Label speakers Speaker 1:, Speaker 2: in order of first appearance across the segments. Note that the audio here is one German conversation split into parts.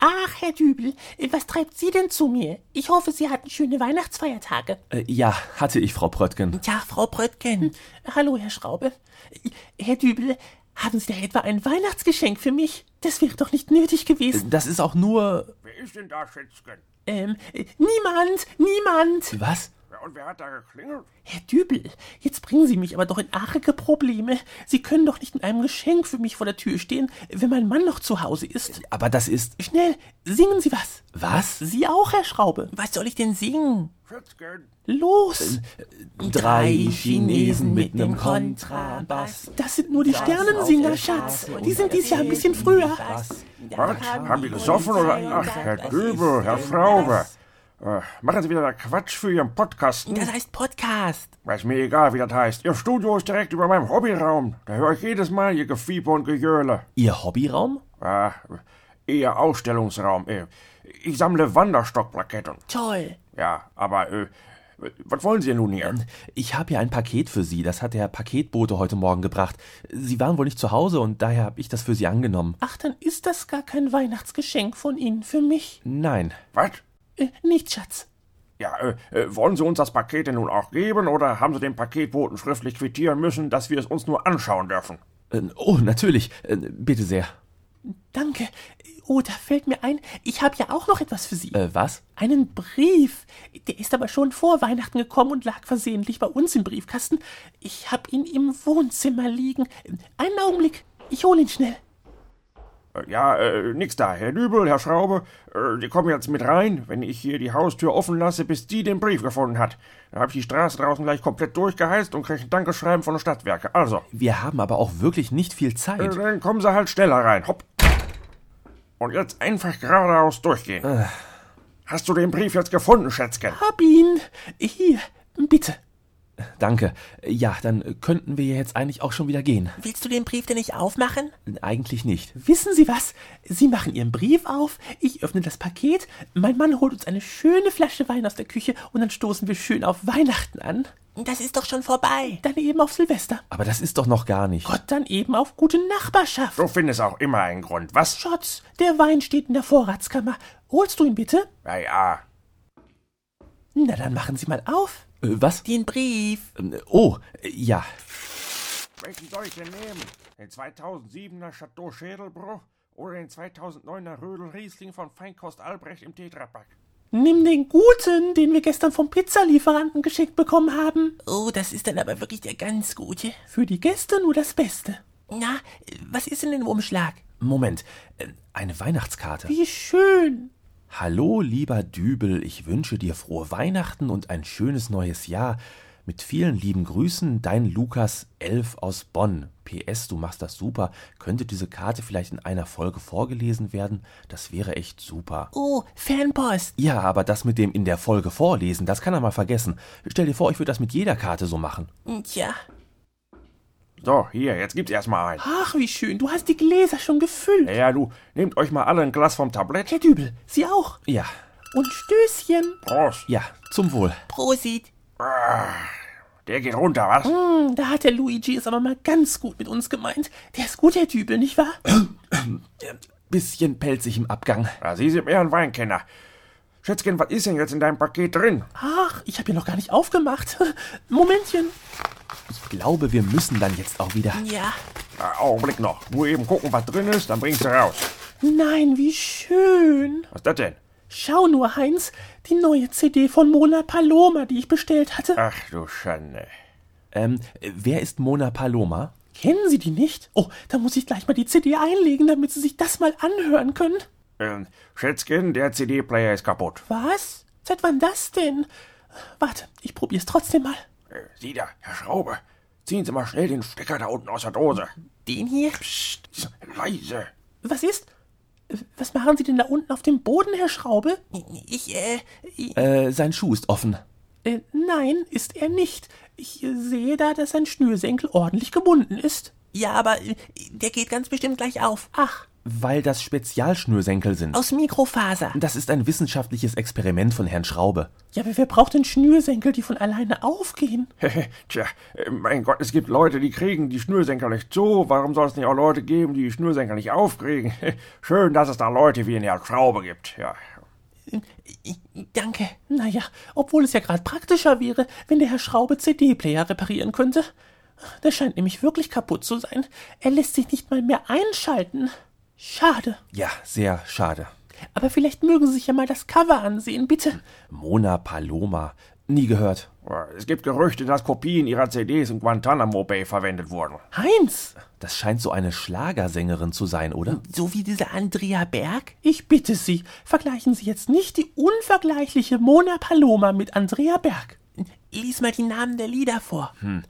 Speaker 1: Ach, Herr Dübel, was treibt Sie denn zu mir? Ich hoffe, Sie hatten schöne Weihnachtsfeiertage.
Speaker 2: Äh, ja, hatte ich, Frau Pröttgen.
Speaker 1: Ja, Frau Bröttgen. Hallo, Herr Schraube. Herr Dübel, haben Sie da etwa ein Weihnachtsgeschenk für mich? Das wäre doch nicht nötig gewesen.
Speaker 2: Das ist auch nur.
Speaker 3: Wer ist denn da, Schätzchen?
Speaker 1: Ähm, niemand, niemand.
Speaker 2: Was?
Speaker 3: Ja, und wer hat da geklingelt?
Speaker 1: Herr Dübel, jetzt bringen Sie mich aber doch in arge Probleme. Sie können doch nicht mit einem Geschenk für mich vor der Tür stehen, wenn mein Mann noch zu Hause ist.
Speaker 2: Aber das ist.
Speaker 1: Schnell, singen Sie was.
Speaker 2: Was?
Speaker 1: Sie auch, Herr Schraube. Was soll ich denn singen?
Speaker 3: Schätzchen,
Speaker 1: Los!
Speaker 2: Äh, Drei Chinesen mit nem Kontrabass.
Speaker 1: Das sind nur die Sternensinger, Schatz. Die sind dieses Jahr ein bisschen früher.
Speaker 2: Was?
Speaker 3: was? Haben die gesoffen oder? Ach, Herr Dübel, Herr Fraube. Äh, machen Sie wieder da Quatsch für Ihren Podcast.
Speaker 1: Das heißt Podcast.
Speaker 3: Weiß mir egal, wie das heißt. Ihr Studio ist direkt über meinem Hobbyraum. Da höre ich jedes Mal Ihr Gefieber und Gejöhle.
Speaker 2: Ihr Hobbyraum?
Speaker 3: Äh, eher Ausstellungsraum. Äh, ich sammle Wanderstockplaketten.
Speaker 1: Toll.
Speaker 3: Ja, aber äh, was wollen Sie denn nun hier?
Speaker 2: Ich habe hier ein Paket für Sie. Das hat der Paketbote heute Morgen gebracht. Sie waren wohl nicht zu Hause und daher habe ich das für Sie angenommen.
Speaker 1: Ach, dann ist das gar kein Weihnachtsgeschenk von Ihnen für mich.
Speaker 2: Nein.
Speaker 3: Was?
Speaker 1: Äh, nicht, Schatz.
Speaker 3: Ja, äh, äh, wollen Sie uns das Paket denn nun auch geben oder haben Sie den Paketboten schriftlich quittieren müssen, dass wir es uns nur anschauen dürfen?
Speaker 2: Äh, Oh, natürlich. Äh, Bitte sehr.
Speaker 1: Danke. Oh, da fällt mir ein, ich habe ja auch noch etwas für Sie.
Speaker 2: Äh, was?
Speaker 1: Einen Brief. Der ist aber schon vor Weihnachten gekommen und lag versehentlich bei uns im Briefkasten. Ich habe ihn im Wohnzimmer liegen. Einen Augenblick. Ich hole ihn schnell.
Speaker 3: Äh, Ja, äh, nix da. Herr Dübel, Herr Schraube, äh, die kommen jetzt mit rein, wenn ich hier die Haustür offen lasse, bis die den Brief gefunden hat. Dann hab ich die Straße draußen gleich komplett durchgeheizt und krieg ein Dankeschreiben von den Stadtwerke. Also,
Speaker 2: Wir haben aber auch wirklich nicht viel
Speaker 3: äh,
Speaker 2: Zeit.
Speaker 3: dann kommen Sie halt schneller rein. Hopp. Und jetzt einfach geradeaus durchgehen. Hast du den Brief jetzt gefunden, Schätzchen?
Speaker 1: Hab ihn. Hier, bitte.
Speaker 2: Danke. Äh, Ja, dann könnten wir jetzt eigentlich auch schon wieder gehen.
Speaker 1: Willst du den Brief denn nicht aufmachen?
Speaker 2: Eigentlich nicht.
Speaker 1: Wissen Sie was? Sie machen Ihren Brief auf, ich öffne das Paket, mein Mann holt uns eine schöne Flasche Wein aus der Küche und dann stoßen wir schön auf Weihnachten an. Das ist doch schon vorbei. Dann eben auf Silvester.
Speaker 2: Aber das ist doch noch gar nicht.
Speaker 1: Gott, dann eben auf gute Nachbarschaft.
Speaker 3: Du findest auch immer einen Grund, was?
Speaker 1: Schatz, der Wein steht in der Vorratskammer. Holst du ihn bitte?
Speaker 3: Ja, ja.
Speaker 1: Na, dann machen Sie mal auf.
Speaker 2: Äh, Was?
Speaker 1: Den Brief.
Speaker 2: Oh, ja.
Speaker 3: Welchen soll ich denn nehmen? Den 2007er Chateau Schädelbruch oder den 2009er Rödel Riesling von Feinkost Albrecht im Tetrapack?
Speaker 1: Nimm den guten, den wir gestern vom Pizzalieferanten geschickt bekommen haben.
Speaker 4: Oh, das ist dann aber wirklich der ganz gute.
Speaker 1: Für die Gäste nur das Beste.
Speaker 4: Na, was ist denn im Umschlag?
Speaker 2: Moment. Äh, Eine Weihnachtskarte.
Speaker 1: Wie schön.
Speaker 2: Hallo, lieber Dübel, ich wünsche dir frohe Weihnachten und ein schönes neues Jahr. Mit vielen lieben Grüßen, dein Lukas 11 aus Bonn. PS, du machst das super. Könnte diese Karte vielleicht in einer Folge vorgelesen werden? Das wäre echt super.
Speaker 4: Oh, Fanpost.
Speaker 2: Ja, aber das mit dem in der Folge vorlesen, das kann er mal vergessen. Stell dir vor, ich würde das mit jeder Karte so machen.
Speaker 4: Tja,
Speaker 3: So, hier, jetzt gibt's erstmal einen.
Speaker 1: Ach, wie schön. Du hast die Gläser schon gefüllt.
Speaker 3: Ja, ja, du, nehmt euch mal alle ein Glas vom Tablett.
Speaker 1: Herr Dübel, Sie auch.
Speaker 2: Ja,
Speaker 1: Und Stößchen.
Speaker 3: Prost.
Speaker 2: ja, zum Wohl.
Speaker 4: Prosit.
Speaker 3: Der geht runter, was?
Speaker 1: Hm, Da hat der Luigi es aber mal ganz gut mit uns gemeint. Der ist gut, Herr Dübel, nicht wahr?
Speaker 2: Bisschen pelzig im Abgang.
Speaker 3: Ja, Sie sind eher ein Weinkenner. Schätzchen, was ist denn jetzt in deinem Paket drin?
Speaker 1: Ach, ich habe hier noch gar nicht aufgemacht. Momentchen.
Speaker 2: Ich glaube, wir müssen dann jetzt auch wieder.
Speaker 4: Ja,
Speaker 3: Na, Augenblick noch. Nur eben gucken, was drin ist, dann bringst du raus.
Speaker 1: Nein, wie schön.
Speaker 3: Was ist das denn?
Speaker 1: Schau nur, Heinz, die neue CD von Mona Paloma, die ich bestellt hatte.
Speaker 3: Ach du Schande.
Speaker 2: Ähm, wer ist Mona Paloma?
Speaker 1: Kennen Sie die nicht? Oh, da muss ich gleich mal die CD einlegen, damit Sie sich das mal anhören können.
Speaker 3: Ähm, Schätzchen, der CD-Player ist kaputt.
Speaker 1: Was? Seit wann das denn? Warte, ich probier's trotzdem mal.
Speaker 3: Äh, Sie da, Herr Schraube. Ziehen Sie mal schnell den Stecker da unten aus der Dose.
Speaker 4: den hier?
Speaker 3: So, Leise.
Speaker 1: Was ist? Was machen Sie denn da unten auf dem Boden, Herr Schraube?
Speaker 4: Ich, äh, ich,
Speaker 2: Äh, sein Schuh ist offen.
Speaker 1: Äh, nein, ist er nicht. Ich äh, sehe da, dass sein Schnürsenkel ordentlich gebunden ist.
Speaker 4: ja, aber äh, der geht ganz bestimmt gleich auf.
Speaker 1: Ach,
Speaker 2: Weil das Spezialschnürsenkel sind.
Speaker 4: Aus Mikrofaser.
Speaker 2: Das ist ein wissenschaftliches Experiment von Herrn Schraube.
Speaker 1: Ja, aber wer braucht denn Schnürsenkel, die von alleine aufgehen?
Speaker 3: Tja, äh, mein Gott, es gibt Leute, die kriegen die Schnürsenker nicht zu. Warum soll es nicht auch Leute geben, die die Schnürsenker nicht aufkriegen? Schön, dass es da Leute wie in Herrn Schraube gibt. Ja,
Speaker 4: Danke.
Speaker 1: Naja, obwohl es ja gerade praktischer wäre, wenn der Herr Schraube CD-Player reparieren könnte. Der scheint nämlich wirklich kaputt zu sein. Er lässt sich nicht mal mehr einschalten. Schade.
Speaker 2: Ja, sehr schade.
Speaker 1: Aber vielleicht mögen Sie sich ja mal das Cover ansehen, bitte.
Speaker 2: Mona Paloma. Nie gehört.
Speaker 3: Es gibt Gerüchte, dass Kopien ihrer CDs in Guantanamo Bay verwendet wurden.
Speaker 1: Heinz!
Speaker 2: Das scheint so eine Schlagersängerin zu sein, oder?
Speaker 4: Hm, So wie diese Andrea Berg?
Speaker 1: Ich bitte Sie, vergleichen Sie jetzt nicht die unvergleichliche Mona Paloma mit Andrea Berg.
Speaker 4: Lies mal die Namen der Lieder vor.
Speaker 1: Hm.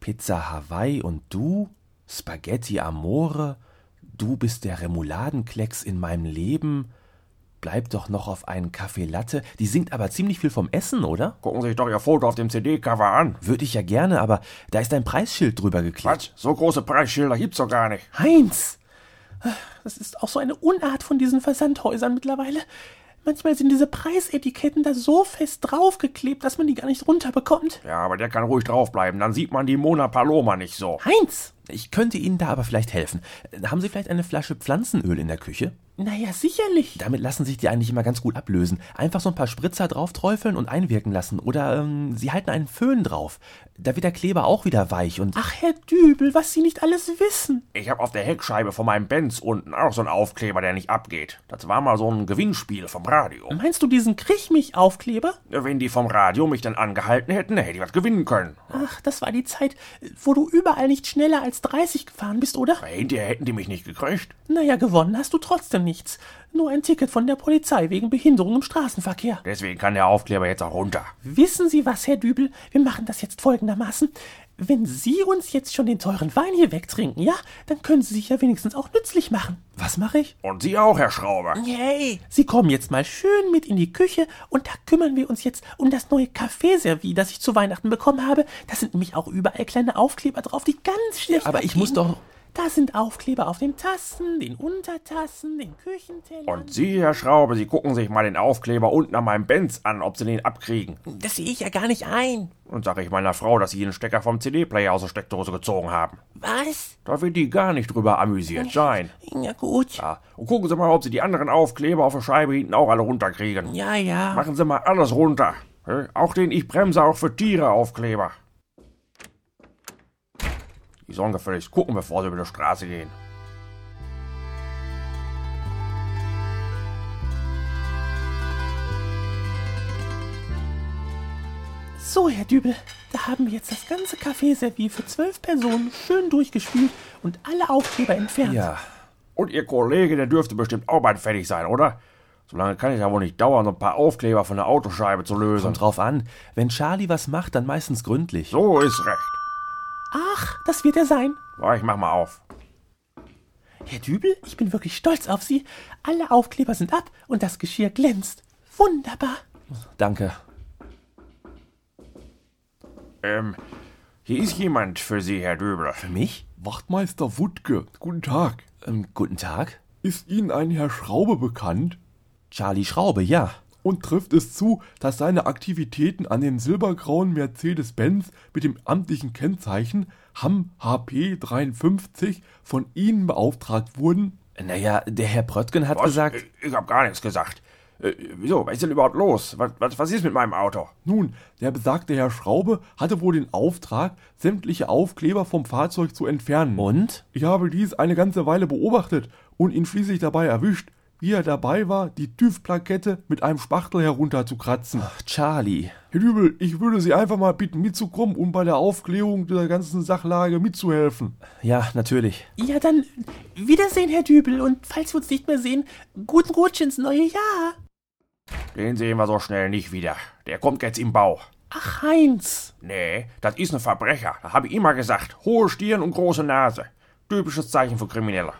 Speaker 2: Pizza Hawaii und du? Spaghetti Amore? Du bist der Remouladenklecks in meinem Leben? Bleib doch noch auf einen Kaffee Latte. Die singt aber ziemlich viel vom Essen, oder?
Speaker 3: Gucken Sie sich doch Ihr Foto auf dem CD-Cover an.
Speaker 2: Würde ich ja gerne, aber da ist ein Preisschild drüber geklebt.
Speaker 3: Was? So große Preisschilder gibt's doch gar nicht.
Speaker 1: Heinz! Das ist auch so eine Unart von diesen Versandhäusern mittlerweile. Manchmal sind diese Preisetiketten da so fest draufgeklebt, dass man die gar nicht runterbekommt.
Speaker 3: Ja, aber der kann ruhig draufbleiben, dann sieht man die Mona Paloma nicht so.
Speaker 1: Heinz!
Speaker 2: Ich könnte Ihnen da aber vielleicht helfen. Äh, Haben Sie vielleicht eine Flasche Pflanzenöl in der Küche?
Speaker 1: Naja, sicherlich.
Speaker 2: Damit lassen sich die eigentlich immer ganz gut ablösen. Einfach so ein paar Spritzer drauf träufeln und einwirken lassen. Oder ähm, Sie halten einen Föhn drauf. Da wird der Kleber auch wieder weich und.
Speaker 1: Ach, Herr Dübel, was Sie nicht alles wissen.
Speaker 3: Ich habe auf der Heckscheibe von meinem Benz unten auch so einen Aufkleber, der nicht abgeht. Das war mal so ein Gewinnspiel vom Radio.
Speaker 1: Meinst du diesen Kriech-mich-Aufkleber?
Speaker 3: Wenn die vom Radio mich dann angehalten hätten, hätte ich was gewinnen können.
Speaker 1: Ach, das war die Zeit, äh, wo du überall nicht schneller als 30 gefahren bist, oder?
Speaker 3: Aber hinterher hätten die mich nicht gekriegt.
Speaker 1: Naja, gewonnen hast du trotzdem nichts. Nur ein Ticket von der Polizei wegen Behinderung im Straßenverkehr.
Speaker 3: Deswegen kann der Aufkleber jetzt auch runter.
Speaker 1: Wissen Sie was, Herr Dübel? Wir machen das jetzt folgendermaßen. Wenn Sie uns jetzt schon den teuren Wein hier wegtrinken, ja, dann können Sie sich ja wenigstens auch nützlich machen.
Speaker 2: Was mache ich?
Speaker 3: Und Sie auch, Herr Schrauber.
Speaker 4: Hey,
Speaker 1: Sie kommen jetzt mal schön mit in die Küche und da kümmern wir uns jetzt um das neue Kaffeeservie, das ich zu Weihnachten bekommen habe. Da sind nämlich auch überall kleine Aufkleber drauf, die ganz schlecht
Speaker 2: Aber ich muss
Speaker 1: abgehen.
Speaker 2: doch-
Speaker 1: Da sind Aufkleber auf den Tassen, den Untertassen, den Küchentellern.
Speaker 3: Und Sie, Herr Schraube, Sie gucken sich mal den Aufkleber unten an meinem Benz an, ob Sie den abkriegen.
Speaker 4: das sehe ich ja gar nicht ein.
Speaker 3: Und sage ich meiner Frau, dass Sie den Stecker vom CD-Player aus der Steckdose gezogen haben.
Speaker 4: Was?
Speaker 3: Da wird die gar nicht drüber amüsiert sein.
Speaker 4: Ja gut.
Speaker 3: Ja. Und gucken Sie mal, ob Sie die anderen Aufkleber auf der Scheibe hinten auch alle runterkriegen.
Speaker 4: Ja, ja.
Speaker 3: Machen Sie mal alles runter. Hä? Auch den Ich bremse auch für Tiere Aufkleber. Die sollen gefälligst gucken, bevor sie über die Straße gehen.
Speaker 1: So, Herr Dübel, da haben wir jetzt das ganze Kaffeeservie für zwölf Personen schön durchgespült und alle Aufkleber entfernt.
Speaker 2: Ja,
Speaker 3: Und Ihr Kollege, der dürfte bestimmt auch bald fertig sein, oder? Solange kann ich ja wohl nicht dauern, so ein paar Aufkleber von der Autoscheibe zu lösen.
Speaker 2: kommt drauf an. Wenn Charlie was macht, dann meistens gründlich.
Speaker 3: So ist recht.
Speaker 1: Ach, das wird er sein.
Speaker 3: So, ich mach mal auf.
Speaker 1: Herr Dübel, ich bin wirklich stolz auf Sie. Alle Aufkleber sind ab und das Geschirr glänzt. Wunderbar.
Speaker 2: Danke.
Speaker 3: Ähm, hier ist jemand für Sie, Herr Döbel.
Speaker 2: Mich?
Speaker 5: Wachtmeister Wutke, guten Tag.
Speaker 2: Ähm, guten Tag.
Speaker 5: Ist Ihnen ein Herr Schraube bekannt?
Speaker 2: Charlie Schraube, ja.
Speaker 5: Und trifft es zu, dass seine Aktivitäten an dem silbergrauen Mercedes-Benz mit dem amtlichen Kennzeichen Hamm HP 53 von Ihnen beauftragt wurden?
Speaker 2: Naja, der Herr Pröttgen hat
Speaker 3: Was?
Speaker 2: gesagt.
Speaker 3: Ich, ich hab gar nichts gesagt. Äh, wieso? Was ist denn überhaupt los? Was, was, was ist mit meinem Auto?
Speaker 5: Nun, der besagte Herr Schraube hatte wohl den Auftrag, sämtliche Aufkleber vom Fahrzeug zu entfernen.
Speaker 2: Und?
Speaker 5: Ich habe dies eine ganze Weile beobachtet und ihn schließlich dabei erwischt, wie er dabei war, die TÜV-Plakette mit einem Spachtel herunterzukratzen.
Speaker 2: Charlie.
Speaker 5: Herr Dübel, ich würde Sie einfach mal bitten, mitzukommen, um bei der Aufklärung der ganzen Sachlage mitzuhelfen.
Speaker 2: Ja, natürlich.
Speaker 1: Ja, dann Wiedersehen, Herr Dübel. Und falls wir uns nicht mehr sehen, guten Rutsch ins neue Jahr.
Speaker 3: Den sehen wir so schnell nicht wieder. Der kommt jetzt im Bau.
Speaker 1: Ach, Heinz.
Speaker 3: Nee, das ist ein Verbrecher. Das habe ich immer gesagt. Hohe Stirn und große Nase. Typisches Zeichen für Kriminelle.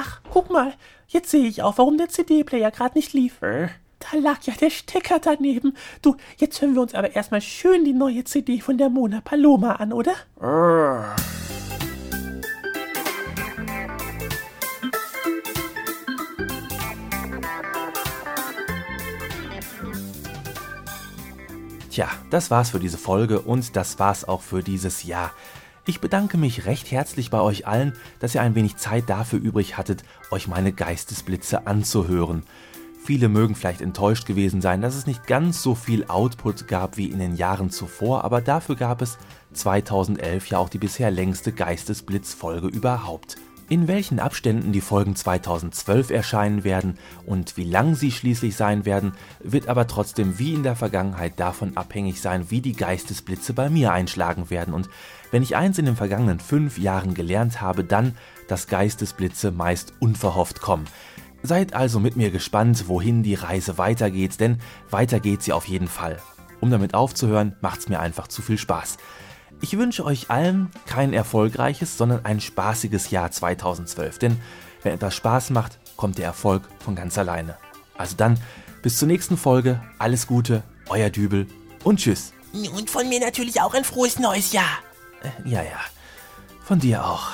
Speaker 1: Ach, guck mal. Jetzt sehe ich auch, warum der CD-Player gerade nicht lief.
Speaker 3: Äh?
Speaker 1: Da lag ja der Stecker daneben. Du, jetzt hören wir uns aber erstmal schön die neue CD von der Mona Paloma an, oder?
Speaker 3: Äh.
Speaker 2: Tja, das war's für diese Folge und das war's auch für dieses Jahr. Ich bedanke mich recht herzlich bei euch allen, dass ihr ein wenig Zeit dafür übrig hattet, euch meine Geistesblitze anzuhören. Viele mögen vielleicht enttäuscht gewesen sein, dass es nicht ganz so viel Output gab wie in den Jahren zuvor, aber dafür gab es 2011 ja auch die bisher längste Geistesblitz-Folge überhaupt. In welchen Abständen die Folgen 2012 erscheinen werden und wie lang sie schließlich sein werden, wird aber trotzdem wie in der Vergangenheit davon abhängig sein, wie die Geistesblitze bei mir einschlagen werden. Und wenn ich eins in den vergangenen fünf Jahren gelernt habe, dann, dass Geistesblitze meist unverhofft kommen. Seid also mit mir gespannt, wohin die Reise weitergeht, denn weiter geht sie auf jeden Fall. Um damit aufzuhören, macht's mir einfach zu viel Spaß. Ich wünsche euch allen kein erfolgreiches, sondern ein spaßiges Jahr 2012, denn wenn etwas Spaß macht, kommt der Erfolg von ganz alleine. Also dann, bis zur nächsten Folge, alles Gute, euer Dübel und tschüss.
Speaker 4: Und von mir natürlich auch ein frohes neues Jahr.
Speaker 2: Ja, ja, Äh, von dir auch.